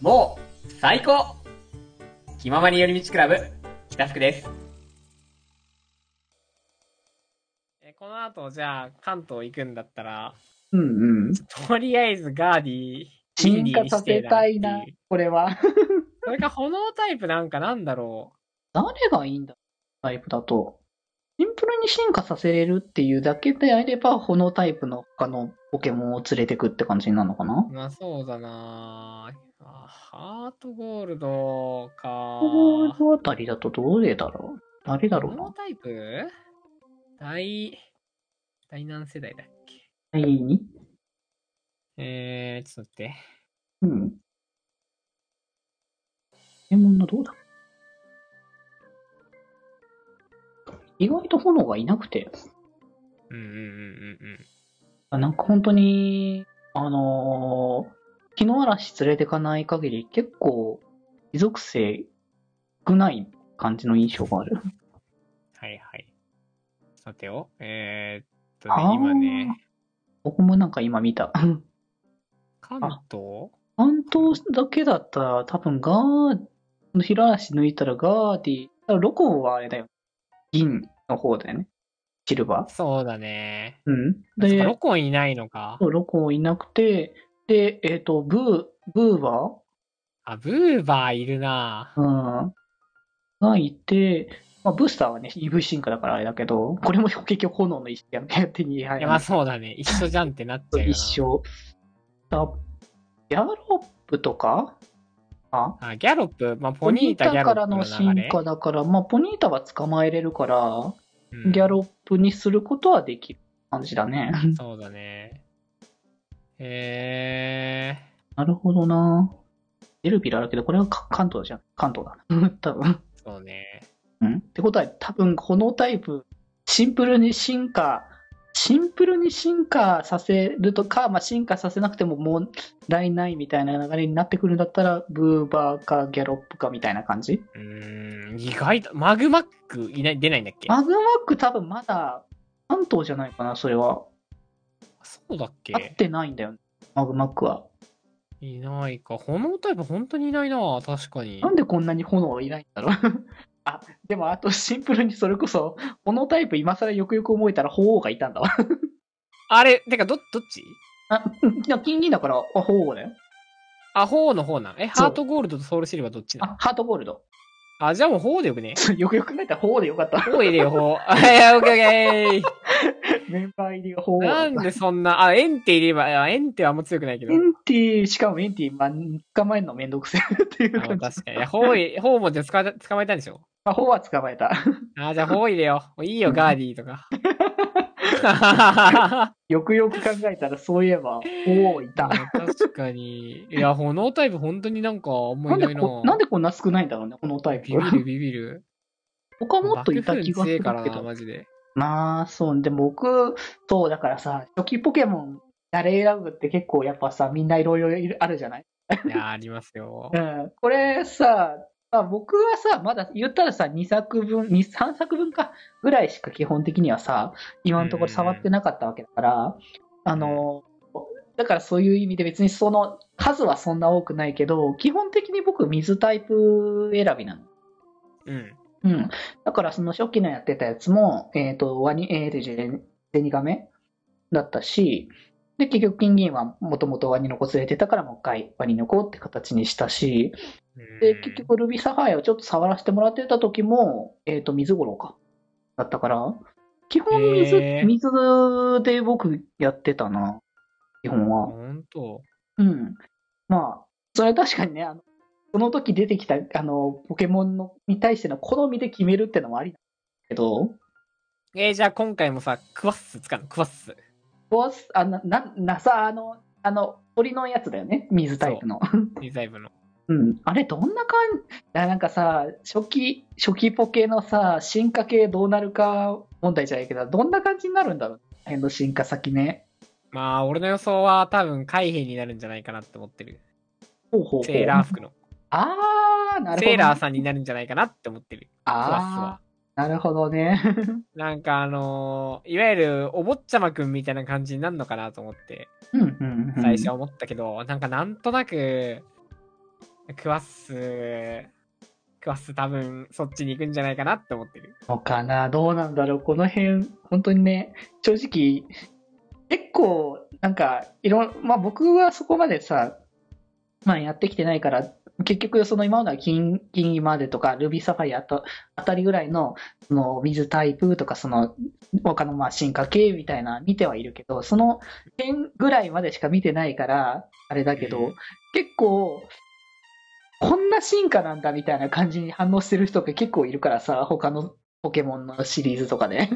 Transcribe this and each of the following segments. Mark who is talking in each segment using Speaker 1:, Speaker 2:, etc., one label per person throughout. Speaker 1: もう、最高気ままに寄り道クラブ、北福です。
Speaker 2: えこの後、じゃあ、関東行くんだったら、
Speaker 3: うんうん。
Speaker 2: とりあえずガーディー、
Speaker 3: 進化させたいな
Speaker 2: ってう、
Speaker 3: これは。
Speaker 2: それか炎タイプなんかなんだろ
Speaker 3: 誰がいいんだタイプだと。シンプルに進化させれるっていうだけであれば、炎タイプの他のポケモンを連れてくって感じになるのかな
Speaker 2: う。まあ、そうだなあハートゴールドか。
Speaker 3: このあたりだとどれだろう誰だろう
Speaker 2: 炎
Speaker 3: な
Speaker 2: タイプ第、第何世代だっけ
Speaker 3: 第2
Speaker 2: えー、ちょっと待って。
Speaker 3: うん。ポケモンのどうだ意外と炎がいなくて、
Speaker 2: うんうんうんうんうん。
Speaker 3: あなんか本当に、あのー、木の嵐連れてかない限り結構、異属性少ない感じの印象がある。
Speaker 2: はいはい。さてよ。えー、っと
Speaker 3: あー
Speaker 2: ね、今ね、
Speaker 3: 僕もなんか今見た。
Speaker 2: 関東
Speaker 3: 関東だけだったら多分ガー、平嵐抜いたらガーディ、だからロコはあれだよ。銀の方だよね。シルバ
Speaker 2: そうだね。
Speaker 3: ー。うん。
Speaker 2: そっか
Speaker 3: で
Speaker 2: ロ、コンいないのか。
Speaker 3: そうロコいなくて、で、えっ、と、ブー、ブーバ
Speaker 2: あ、ブーバーいるな
Speaker 3: ーうん。がいて、まあ、ブースターはね、EV 進化だからあれだけど、これも結局炎の一種やんね。手に
Speaker 2: い
Speaker 3: 入ら
Speaker 2: や、
Speaker 3: な
Speaker 2: ま
Speaker 3: い
Speaker 2: あそうだね。一緒じゃんってなっちゃうよな。
Speaker 3: 一。生。だギャロップとかあ
Speaker 2: あ、ギャロップ。まあ、
Speaker 3: ポ
Speaker 2: ポ
Speaker 3: ニ
Speaker 2: ニ
Speaker 3: ー
Speaker 2: ー
Speaker 3: タ
Speaker 2: タ、ギャロ
Speaker 3: から
Speaker 2: ップ
Speaker 3: の
Speaker 2: の
Speaker 3: 進
Speaker 2: 流れ。
Speaker 3: 化だから、まあ、ポニータは捕まえれるから、
Speaker 2: うん
Speaker 3: ギャロップにすることはできる感じだね。
Speaker 2: そうだね。へえ。
Speaker 3: なるほどな。エルビルあるけど、これはか関東じゃん。関東だ。 多分。
Speaker 2: そうね。
Speaker 3: うん。ってことは、多分このタイプ、シンプルに進化、シンプルに進化させるとか、まあ、進化させなくても問題ないみたいな流れになってくるんだったら、ブーバーかギャロップかみたいな感じ。
Speaker 2: うーん、意外と、マグマックいない、出ないんだっけ
Speaker 3: マグマック多分まだ関東じゃないかな、それは。
Speaker 2: そうだっけ
Speaker 3: 合ってないんだよね、マグマックは。
Speaker 2: いないか。炎タイプ本当にいないな確かに。
Speaker 3: なんでこんなに炎がいないんだろう あ、でもあとシンプルにそれこそ、炎タイプ今更よくよく思えたら鳳凰がいたんだわ。
Speaker 2: あれ、てか、ど、どっち
Speaker 3: あ、うんいや金銀だから、あ、鳳凰だよ。
Speaker 2: あ、ホーの方なん。え、
Speaker 3: そう
Speaker 2: ハートゴールドとソウルシルバーどっちな
Speaker 3: あ、ハートゴールド。
Speaker 2: ああ、じゃあもうホーでよくね。
Speaker 3: よくよく考えたら鳳凰でよかった。
Speaker 2: ホー入れ よ、ホー。あ、いや、オッケーオッケー。
Speaker 3: メンバー入りが鳳凰だ
Speaker 2: な
Speaker 3: っ
Speaker 2: ん
Speaker 3: た。
Speaker 2: でそんな、あ、エンテいれば、あエンテはあんま強くないけど
Speaker 3: エ。ンティ、しかもエンティ、まあ、捕まえるのめんどくせえっていう
Speaker 2: あ
Speaker 3: 感じ。
Speaker 2: 確かに。いやホーイ、 ホーもじゃあ捕まえた捕まえたんでしょ
Speaker 3: あ、鳳凰は捕まえた。
Speaker 2: あ、じゃあホー入れよう。いいよ、ガーディーと か。
Speaker 3: よくよく考えたら、そういえば、鳳凰いた。
Speaker 2: 確かに。いや、炎タイプ本当になんかあんま
Speaker 3: ないん
Speaker 2: ない
Speaker 3: で
Speaker 2: な。
Speaker 3: こ、なんでこんな少ないんだろうね、このタイプ
Speaker 2: ビ。ビるビビる。
Speaker 3: 他もっといた気がする
Speaker 2: 爆風強いから
Speaker 3: け
Speaker 2: な、
Speaker 3: ど。
Speaker 2: マジで。
Speaker 3: まあ、そう、でも僕、そう、だからさ、初期ポケモン、誰選ぶって結構やっぱさ、みんないろいろいるあるじゃない
Speaker 2: いや、ありますよ
Speaker 3: う。ん。これさ、まあ、僕はさ、まだ言ったらさ、2作分、2、3作分か、ぐらいしか基本的にはさ、今のところ触ってなかったわけだから、あの、だからそういう意味で別にその数はそんな多くないけど、基本的に僕水タイプ選びなの。
Speaker 2: うん。
Speaker 3: うん。だからその初期のやってたやつも、えっ、と、ワニ、えーと、ゼニゼニガメだったし、で、結局、金銀はもともとワニの子連れてたから、もう一回ワニの子って形にしたし、で、結局、ルビーサファイアをちょっと触らせてもらってた時も、えっ、と、水五郎か。だったから、基本水、
Speaker 2: へー
Speaker 3: 水で僕やってたな、基本
Speaker 2: う
Speaker 3: は。
Speaker 2: ん、本当。
Speaker 3: うん。まあ、それは確かにね、あの、その時出てきた、あの、ポケモンのに対しての好みで決めるってのもありだけど、
Speaker 2: えー、じゃあ今回もさ、クワッス使うの、クワッス。
Speaker 3: ボス、あの、な、なさ、あの、あの、鳥のやつだよね、水タイプの。
Speaker 2: リザイブの。
Speaker 3: うん。あれ、どんな感じ、あなんかさ、初期、初期ポケのさ、進化系どうなるか問題じゃないけど、どんな感じになるんだろうあの辺の進化先ね。
Speaker 2: まあ、俺の予想は多分、海兵になるんじゃないかなって思ってる。
Speaker 3: ほうほうほう
Speaker 2: セーラー服の。
Speaker 3: あー、なるほど。
Speaker 2: セーラーさんになるんじゃないかなって思ってる。クワッスは
Speaker 3: あ。ー、なるほどね。
Speaker 2: なんかあのーいわゆるお坊ちゃまくんみたいな感じになるのかなと思って、
Speaker 3: うん、うん、うん。
Speaker 2: 最初は思ったけど、なんかなんとなく、クワッス、クワッス多分そっちに行くんじゃないかなって思ってる。
Speaker 3: のかなどうなんだろうこの辺、本当にね、正直、結構、なんか、いろん、まあ僕はそこまでさ、まあやってきてないから、結局、その今までは金、銀までとか、ルビーサファイアと、あたりぐらいの、その、ウィズタイプとか、その、他のまあ進化系みたいな見てはいるけど、その辺ぐらいまでしか見てないから、あれだけ
Speaker 2: う
Speaker 3: ど
Speaker 2: ん、
Speaker 3: 結構、こんな進化なんだみたいな感じに反応してる人が結構いるからさ、他のポケモンのシリーズとかで。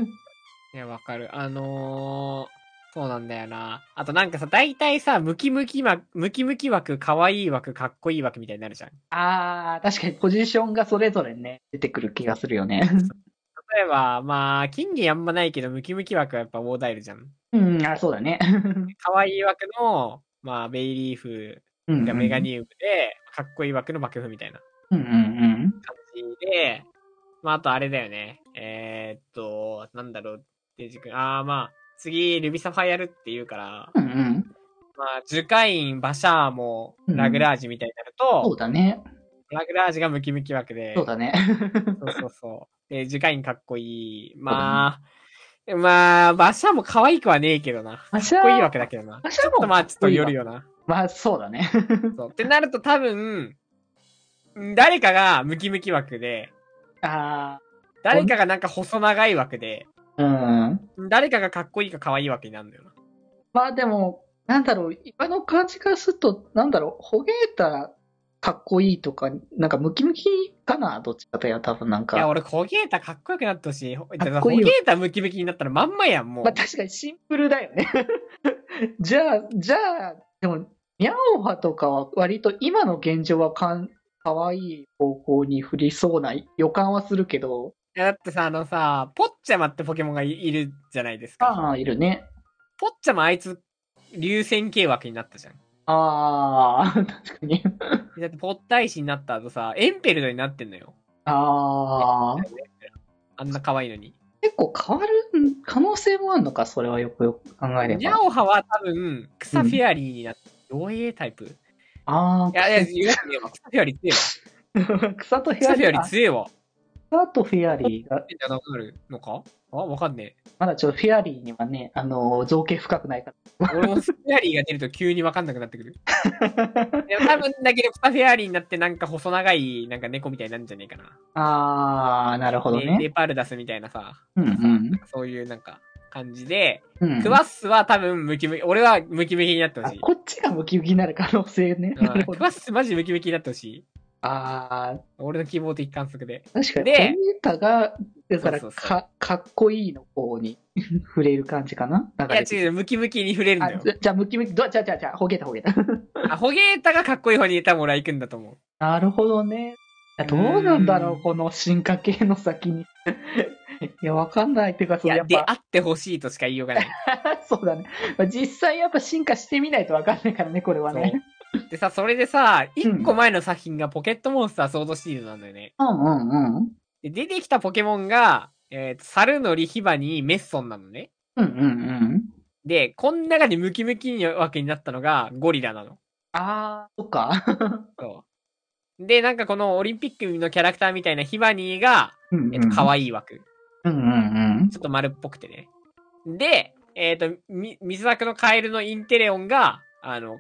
Speaker 2: いや、わかる。あのー、そうなんだよな。あとなんかさ、大体さ、ムキムキま、ムキムキ枠、可愛い枠、かっこいい枠みたいになるじゃん。
Speaker 3: あー、確かにポジションがそれぞれね、出てくる気がするよね。
Speaker 2: 例えば、まあ、金銀あんまないけど、ムキムキ枠はやっぱウォーダイルじゃん。
Speaker 3: うん、あ、そうだね。
Speaker 2: 可愛い枠の、まあ、ベイリーフ
Speaker 3: うん
Speaker 2: がメガニウムで、かっこいい枠の爆風みたいな
Speaker 3: うんうんうん。
Speaker 2: 感じで、まあ、あとあれだよね。えー、っと、なんだろう、デジ君。ああ、まあ、次、ルビサファイアルって言うから、
Speaker 3: うんうん。
Speaker 2: まあ、樹海院、バシャーも、ラグラージュみたいになると、
Speaker 3: そうだね。
Speaker 2: ラグラージュがムキムキ枠で、
Speaker 3: そうだね。
Speaker 2: そうそうそう。で、樹海院かっこいい。まあ、まあ、バシャーも可愛くはねえけどな。
Speaker 3: わし
Speaker 2: かっ
Speaker 3: は
Speaker 2: こいいわけだけどな。
Speaker 3: あシャー
Speaker 2: ち
Speaker 3: も
Speaker 2: ょっとまあ、ちょっとよるよな。
Speaker 3: まあ、そうだね。
Speaker 2: そう。ってなると多分、ん誰かがムキムキ枠で、
Speaker 3: あ
Speaker 2: 誰かがなんか細長い枠で、
Speaker 3: ー、うん。
Speaker 2: 誰かがかっこいいか可愛い枠になるんだよな。
Speaker 3: まあでも、なんだろう、今の感じからすると、なんだろう、ほげーたかっこいいとか、なんかムキムキかな、どっちかというと、多分な
Speaker 2: い
Speaker 3: ん
Speaker 2: や、
Speaker 3: か。
Speaker 2: 俺、コゲータかっこよくなってほしい。ほだから
Speaker 3: こ
Speaker 2: コ
Speaker 3: いい
Speaker 2: ゲ
Speaker 3: よ
Speaker 2: ータムキムキになったらまんまやん、もう
Speaker 3: まあ。確かにシンプルだよね。 じゃあ、じゃあ、でも、ミャオハとかは割と今の現状はかん、かわいい方向に振りそうな予感はするけど、
Speaker 2: いやだってさ、あのさ、ポッチャマってポケモンがいいるじゃないですか。
Speaker 3: ああ、いるね。
Speaker 2: ポッチャマあいつ、流線形枠になったじゃん。
Speaker 3: ああ、確かに。
Speaker 2: だって、ポッタイシになった後さ、エンペルドになってんのよ。
Speaker 3: ああ、
Speaker 2: あんな可愛いのに。
Speaker 3: 結構変わる可能性もあるのか、それはよくよく考えれ
Speaker 2: ニ
Speaker 3: ば
Speaker 2: ャ。オハは多分、草フェアリーになって、妖艶タイプ。い
Speaker 3: ああ、
Speaker 2: や、いや、言うやつねえわ。草フェアリー強えわ。
Speaker 3: 草とフェ
Speaker 2: 草
Speaker 3: ア
Speaker 2: フ
Speaker 3: リ
Speaker 2: ェア
Speaker 3: ー
Speaker 2: リー
Speaker 3: あ
Speaker 2: 強えわ。
Speaker 3: 草とフェアリーが、
Speaker 2: じゃなくなるのかあ、わかんねえ。
Speaker 3: まだちょっとフェアリーにはね、あのー造形深くないか
Speaker 2: 俺も草フェアリーが出ると急にわかんなくなってくる。
Speaker 3: ら。
Speaker 2: でも多分だけど、草フェアリーになってなんか細長い、なんか猫みたいになるんじゃねえかな。
Speaker 3: ああ、なるほど
Speaker 2: レレ
Speaker 3: ね。
Speaker 2: パルダスみたいなさ。
Speaker 3: うんうん
Speaker 2: そういうなんか感じで、
Speaker 3: うん。
Speaker 2: クワッスは多分ムキムキ、俺はムキムキになってほ
Speaker 3: あ
Speaker 2: しい。
Speaker 3: こっちがムキムキになる可能性ね。
Speaker 2: うん
Speaker 3: なるほ
Speaker 2: ク
Speaker 3: ど。
Speaker 2: ワッスマジムキムキになってほしい。
Speaker 3: ああ、
Speaker 2: 俺の希望的観測で。
Speaker 3: 確かに。
Speaker 2: で
Speaker 3: データが、だから
Speaker 2: そうそうそう
Speaker 3: か、かっこいいの方に 触れる感じかな。
Speaker 2: いや違う、ムキムキに触れるん
Speaker 3: あ
Speaker 2: だよ。
Speaker 3: じゃあ、ムキムキ、どじゃあ、じゃあ、じゃあ、ほげたほげた。
Speaker 2: あ、ホゲータがかっこいい方に多分俺は行くんだと思う。
Speaker 3: なるほどね。いやどうなんだろ
Speaker 2: う
Speaker 3: う、
Speaker 2: ん
Speaker 3: この進化系の先に。 いや、わかんないっていうか、そ
Speaker 2: いや、
Speaker 3: れやっ
Speaker 2: で
Speaker 3: ぱ
Speaker 2: あ。ってほしいとしか言いようがない。
Speaker 3: そうだね。まあ実際やっぱ進化してみないとわかんないからね、これはね。
Speaker 2: そうでさ、それでさ、一個前の作品がポケットモンスターソードシールドなんだよね。
Speaker 3: うんうんうん。
Speaker 2: で出てきたポケモンが、えーと、サルノリ、ヒバニ、メッソンなのね。
Speaker 3: うんうんうん。
Speaker 2: で、こん中でムキムキにわけになったのがゴリラなの。
Speaker 3: あー、そっか。
Speaker 2: そう。で、なんかこのオリンピックのキャラクターみたいなヒバニーが、
Speaker 3: うん
Speaker 2: えっと、可
Speaker 3: い
Speaker 2: 愛い枠。
Speaker 3: い。うんうん
Speaker 2: ちょっと丸っぽくてね。で、えっ、と、み、水枠のカエルのインテレオンが、あの、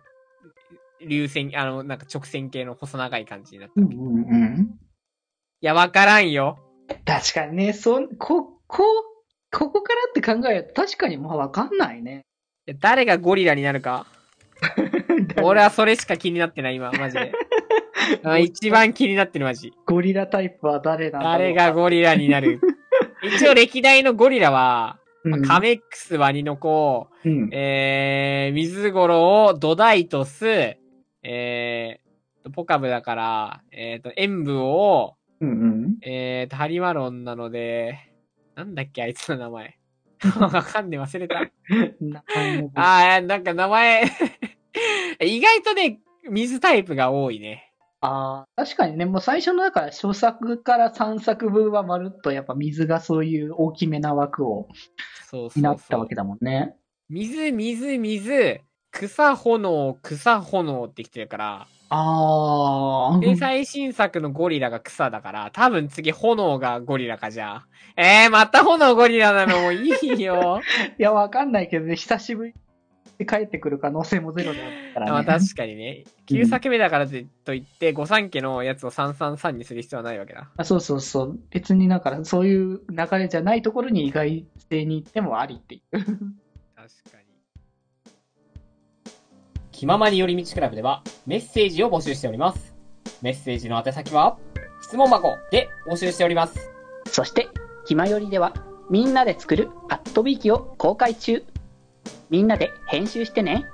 Speaker 2: 流線、あの、なんか直線系の細長い感じになった。
Speaker 3: うん。う
Speaker 2: い
Speaker 3: んうんうん。
Speaker 2: や、わからんよ。
Speaker 3: 確かにね、そん、こ、こ、ここからって考えると確かにまあわかんないね。
Speaker 2: いや誰がゴリラになる か。俺はそれしか気になってない、今、マジ で。あ一番気になってる、マジ。
Speaker 3: ゴリラタイプは誰なんだろう。
Speaker 2: 誰がゴリラにな る。一応、歴代のゴリラは、まあカメックス、ワニノコ、
Speaker 3: うん、うん。
Speaker 2: えー、水五郎、ドダイトス、えー、ポカブだから、えーと、演武を、
Speaker 3: うんうん。
Speaker 2: えーと、ハリマロンなので、なんだっけ、あいつの名前。 わかんねえ、忘れた。
Speaker 3: 名前も
Speaker 2: あー、なんか名前、 意外とね、水タイプが多いね。
Speaker 3: あー確かにね、もう最初のだから初作から3作分はまるっとやっぱ水がそういう大きめな枠を
Speaker 2: そうそうそう。
Speaker 3: 担ったわけだもんね。
Speaker 2: 水、水、水、草、炎、草、炎ってきてるから、
Speaker 3: ああ。
Speaker 2: で、最新作のゴリラが草だから、多分次炎がゴリラかじゃあ。えー、また炎ゴリラなのもういい よ。
Speaker 3: いや、わかんないけどね、久しぶりに帰ってくる可能性もゼロである
Speaker 2: ま
Speaker 3: か
Speaker 2: あ
Speaker 3: らね。
Speaker 2: 確かにね。9作目だからといって、五三家のやつを333にする必要はないわけだ。
Speaker 3: あそうそうそう。別になんか、そういう流れじゃないところに意外性に行ってもありっていう。
Speaker 2: 確かに。
Speaker 1: 気ままに寄り道クラブではメッセージを募集しております。メッセージの宛先は、質問箱で募集しております。
Speaker 3: そして、ひまよりでは、みんなで作るアットビーキを公開中。みんなで編集してね。